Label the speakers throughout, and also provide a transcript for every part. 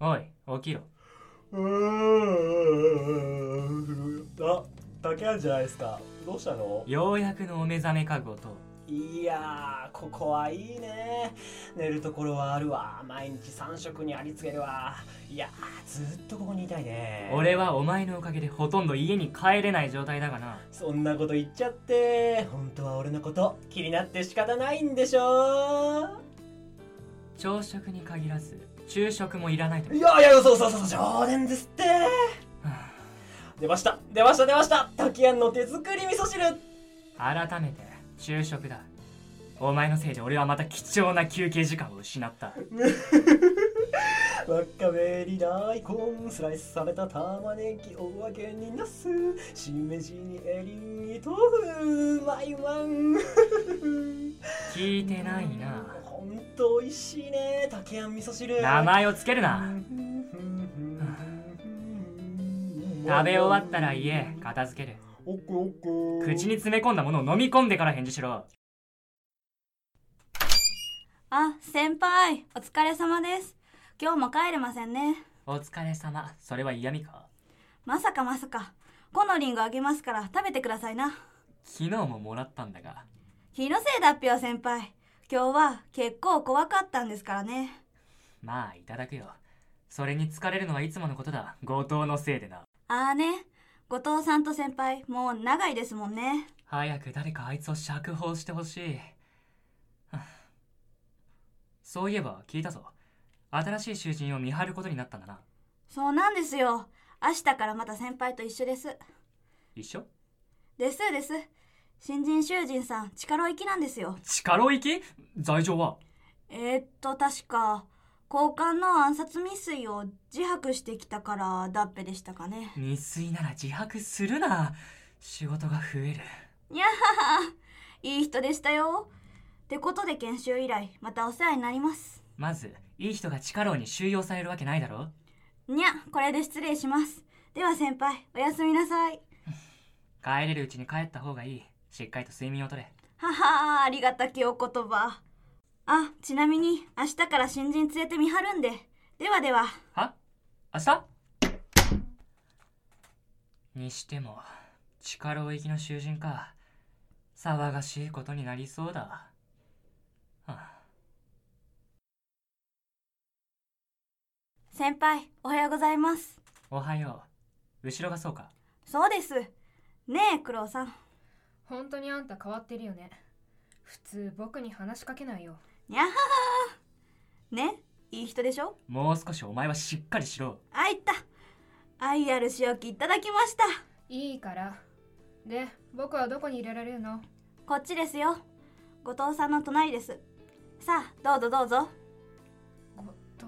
Speaker 1: おい起きろ
Speaker 2: うーんあ竹あんじゃないですかどうしたの
Speaker 1: ようやくのお目覚めかごと
Speaker 2: いやーここはいいね寝るところはあるわ毎日3食にありつけるわいやーずっとここにいたいね
Speaker 1: 俺はお前のおかげでほとんど家に帰れない状態だがな
Speaker 2: そんなこと言っちゃって本当は俺のこと気になって仕方ないんでしょ
Speaker 1: 朝食に限らず昼食もいらないと
Speaker 2: いやいやそうそうそう常連ですって
Speaker 1: は
Speaker 2: 出ました出ました出ました竹庵の手作り味噌汁
Speaker 1: あ改めて昼食だお前のせいで俺はまた貴重な休憩時間を失った
Speaker 2: わかめに大根スライスされた玉ねぎお揚げになすしめじにエリンギ豆腐うまいわん
Speaker 1: 聞いてないな
Speaker 2: ほんと美味しいね竹庵味噌汁
Speaker 1: 名前をつけるな食べ終わったら家片付ける
Speaker 2: おくおく
Speaker 1: 口に詰め込んだものを飲み込んでから返事しろ
Speaker 3: あ、先輩、お疲れ様です。今日も帰れませんね。
Speaker 1: お疲れ様それは嫌味か
Speaker 3: まさかまさか。このリンゴあげますから食べてくださいな。
Speaker 1: 昨日ももらったんだが
Speaker 3: 気のせいだっぴよ先輩。今日は結構怖かったんですからね。
Speaker 1: まあいただくよそれに疲れるのはいつものことだ強盗のせいでな
Speaker 3: あーね、後藤さんと先輩、もう長いですもんね。
Speaker 1: 早く誰かあいつを釈放してほしいはあそういえば聞いたぞ新しい囚人を見張ることになったんだな
Speaker 3: そうなんですよ。明日からまた先輩と一緒です。
Speaker 1: 一緒
Speaker 3: ですです。新人囚人さん、力意気なんですよ。
Speaker 1: 力行き罪状は
Speaker 3: えー、っと、確か、交換の暗殺未遂を自白してきたから、だっぺでしたかね。
Speaker 1: 未遂なら自白するな仕事が増える
Speaker 3: にゃははいい人でしたよ。ってことで研修以来、またお世話になります。
Speaker 1: まずいい人が力をに収容されるわけないだろ
Speaker 3: にゃ、これで失礼します。では先輩、おやすみなさい。
Speaker 1: 帰れるうちに帰った方がいいしっかりと睡眠をとれ
Speaker 3: ははありがたきお言葉。あ、ちなみに、明日から新人連れて見張るんで。ではでは。
Speaker 1: は明日にしても力を行きの囚人か騒がしいことになりそうだ、はあ
Speaker 3: 先輩、おはようございます。
Speaker 1: おはよう後ろがそうか
Speaker 3: そうです。ねえ、九郎さん。
Speaker 4: 本当にあんた変わってるよね普通僕に話しかけないよ
Speaker 3: にゃははね、いい人でしょ
Speaker 1: もう少しお前はしっかりしろ
Speaker 3: あ、いった。愛ある仕置きいただきました。
Speaker 4: いいからで僕はどこに入れられるの
Speaker 3: こっちですよ。後藤さんの隣です。さあ、どうぞどうぞ。
Speaker 4: ゴッド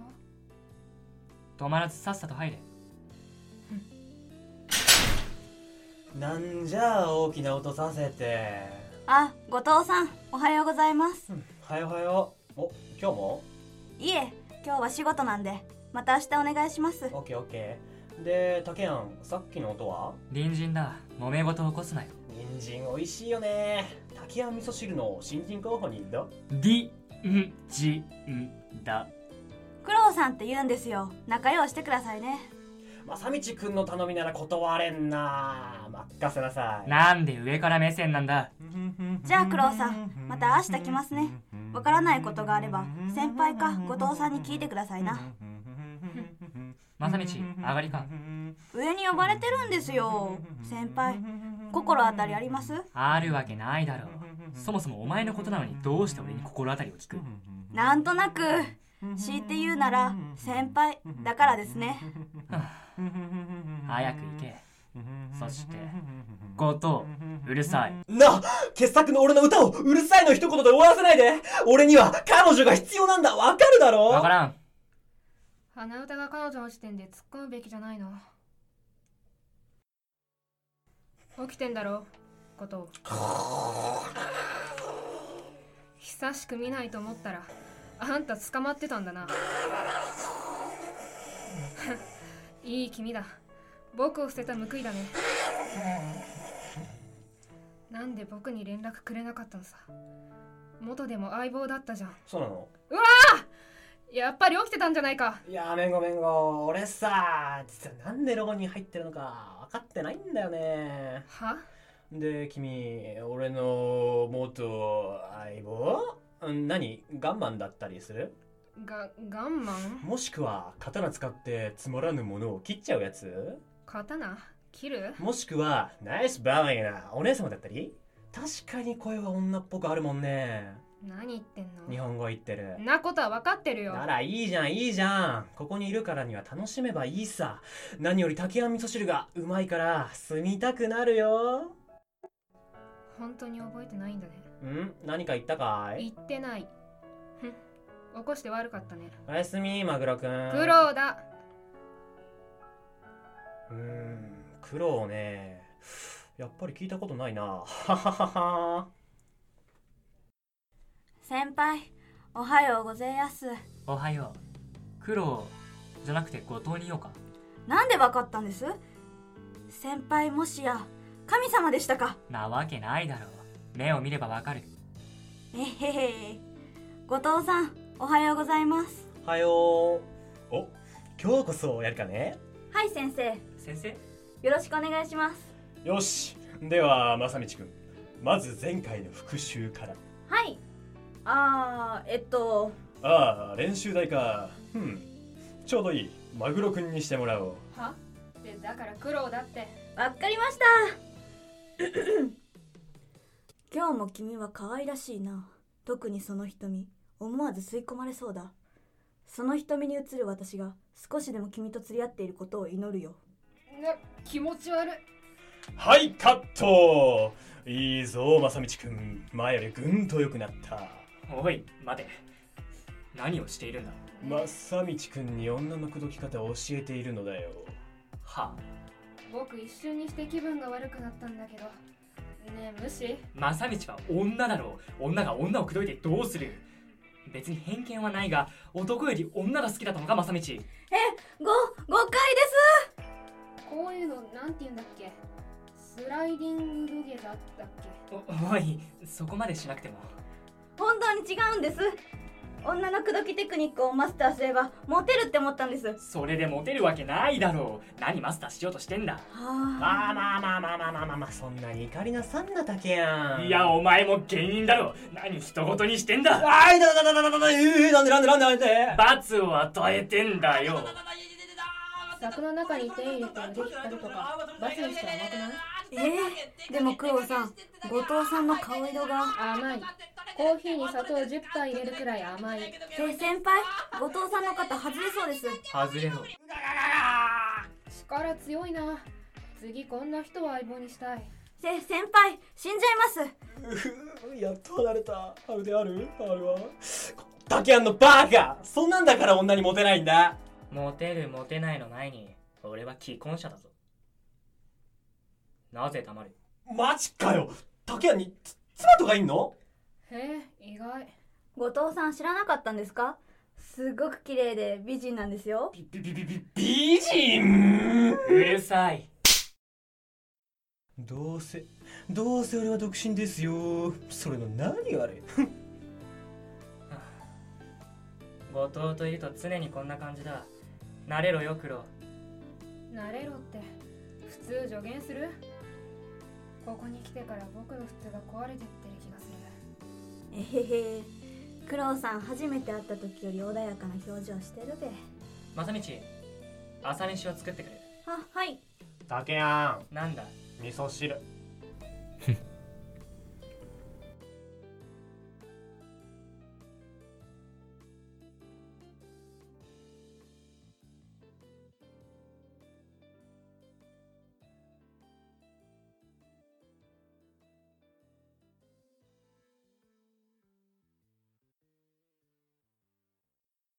Speaker 1: 止まらずさっさと入れ
Speaker 2: なんじゃあ大きな音させて
Speaker 3: あ、後藤さん、おはようございます。
Speaker 2: うんはよはよお今日も
Speaker 3: いえ、今日は仕事なんで、また明日お願いします。
Speaker 2: オッケーオッケーで竹庵さっきの音は
Speaker 1: 隣人だ揉め事を起こすなよ
Speaker 2: 人参美味しいよね竹庵味噌汁の新人候補にいるだ
Speaker 1: りんじんだ
Speaker 3: 九郎さんって言うんですよ。仲良うしてくださいね。
Speaker 2: 正道くんの頼みなら断れんな任せなさい
Speaker 1: なんで上から目線なんだ
Speaker 3: じゃあ九郎さんまた明日来ますねわからないことがあれば先輩か後藤さんに聞いてくださいな
Speaker 1: 正道上がりか
Speaker 3: 上に呼ばれてるんですよ。先輩、心当たりあります
Speaker 1: あるわけないだろうそもそもお前のことなのにどうして俺に心当たりを聞く
Speaker 3: なんとなく、強いて言うなら、先輩だからですね。
Speaker 1: 早く行けそして後藤うるさい
Speaker 2: な傑作の俺の歌をうるさいの一言で終わらせないで俺には彼女が必要なんだわかるだろ
Speaker 1: わからん
Speaker 4: 鼻歌が彼女の時点で突っ込むべきじゃないの起きてんだろこと久しく見ないと思ったらあんた捕まってたんだないい君だ僕を捨てた報いだねなんで僕に連絡くれなかったのさ元でも相棒だったじゃん
Speaker 2: そうなの
Speaker 4: うわーやっぱり起きてたんじゃないか
Speaker 2: いやーめんごめんご俺さ実はなんでロゴに入ってるのか分かってないんだよね
Speaker 4: は
Speaker 2: で君俺の元相棒うん何ガンマンだったりする
Speaker 4: がガンマン
Speaker 2: もしくは刀使ってつまらぬものを切っちゃうやつ
Speaker 4: 刀切る
Speaker 2: もしくはナイスバーリーなお姉様だったり確かに声は女っぽくあるもんね
Speaker 4: 何言ってん
Speaker 2: 日
Speaker 4: の
Speaker 2: 本語言ってる
Speaker 4: なことは分かってるよ
Speaker 2: ならいいじゃんいいじゃんここにいるからには楽しめばいいさ何より炊きあん味噌汁がうまいから住みたくなるよ
Speaker 4: 本当に覚えてないんだね
Speaker 2: ん何か言ったかい
Speaker 4: 言ってないふん起こして悪かったね
Speaker 2: おやすみマグロくん
Speaker 4: 苦労だ
Speaker 2: うーん苦労ねやっぱり聞いたことないなはははは
Speaker 3: 先輩おはようございます
Speaker 1: おはよう苦労じゃなくて後藤に言おうか
Speaker 3: なんでわかったんです先輩もしや神様でしたか
Speaker 1: なわけないだろう目を見ればわかる
Speaker 3: えへへ後藤さんおはようございます
Speaker 2: おはようお今日こそやるかね
Speaker 3: はい先生
Speaker 1: 先生
Speaker 3: よろしくお願いします
Speaker 2: よしでは正道くんまず前回の復習から
Speaker 3: はいあーえっと
Speaker 2: ああ練習台かうんちょうどいいマグロくんにしてもらおう
Speaker 4: はでだから苦労だって
Speaker 3: わかりました 今日も君は可愛らしいな特にその瞳思わず吸い込まれそうだその瞳に映る私が少しでも君と釣り合っていることを祈るよ
Speaker 4: な気持ち悪い
Speaker 2: はいカットいいぞ正道くん前よりぐんと良くなった
Speaker 1: おい待て何をしているんだ
Speaker 2: 正道くんに女の口説き方を教えているのだよ
Speaker 1: はあ
Speaker 4: 僕一瞬にして気分が悪くなったんだけどねえ無視
Speaker 1: 正道は女だろう女が女を口説いてどうする別に偏見はないが男より女が好きだったのか正道
Speaker 3: ご誤解です
Speaker 4: こういうのなんて言うんだっけスライディング土下座だったっけ
Speaker 1: おおいそこまでしなくても
Speaker 3: 本当に違うんです女の口説きテクニックをマスターすればモテるって思ったんですは
Speaker 1: それでモテるわけないだろう何マスターしようとしてんだ
Speaker 3: あ
Speaker 2: まあまあまあまあまあまあまあ、まあ、そんなに怒りなさんな竹やん
Speaker 1: いやお前も原因だろ何人言にしてんだ
Speaker 2: あいだだだだだだだえー、なんでなんでなんでなんで
Speaker 1: 罰を与えてんだよ
Speaker 4: 柵の中に手入れて腕引っ張るとか罰にして甘くない
Speaker 3: えー、でもクロさん後藤さんの顔色が
Speaker 4: 甘いコーヒーに砂糖10杯入れるくらい甘い
Speaker 3: せ先輩後藤さんの方外れそうです
Speaker 1: 外れろ
Speaker 4: 力強いな次こんな人を相棒にしたい
Speaker 3: せ先輩死んじゃいます
Speaker 2: やっと離れたあれであるあれは竹やんのバーカそんなんだから女にモテないんだ
Speaker 1: モテるモテないの前に俺は既婚者だぞなぜ黙る
Speaker 2: マジかよ竹やんにつ妻とかいんの
Speaker 4: へえ意外
Speaker 3: 後藤さん知らなかったんですかすごく綺麗で美人なんですよ
Speaker 2: ビビビビ美人
Speaker 1: うるさい
Speaker 2: どうせどうせ俺は独身ですよそれの何あれ
Speaker 1: 後藤といると常にこんな感じだ慣れろよ黒
Speaker 4: 慣れろって普通助言するここに来てから僕の普通が壊れてってる気がする
Speaker 3: えへへクロさん初めて会った時より穏やかな表情してるべ
Speaker 1: 正道朝飯を作ってくれ
Speaker 3: あはい
Speaker 2: 竹や
Speaker 1: なんだ
Speaker 2: ん味噌汁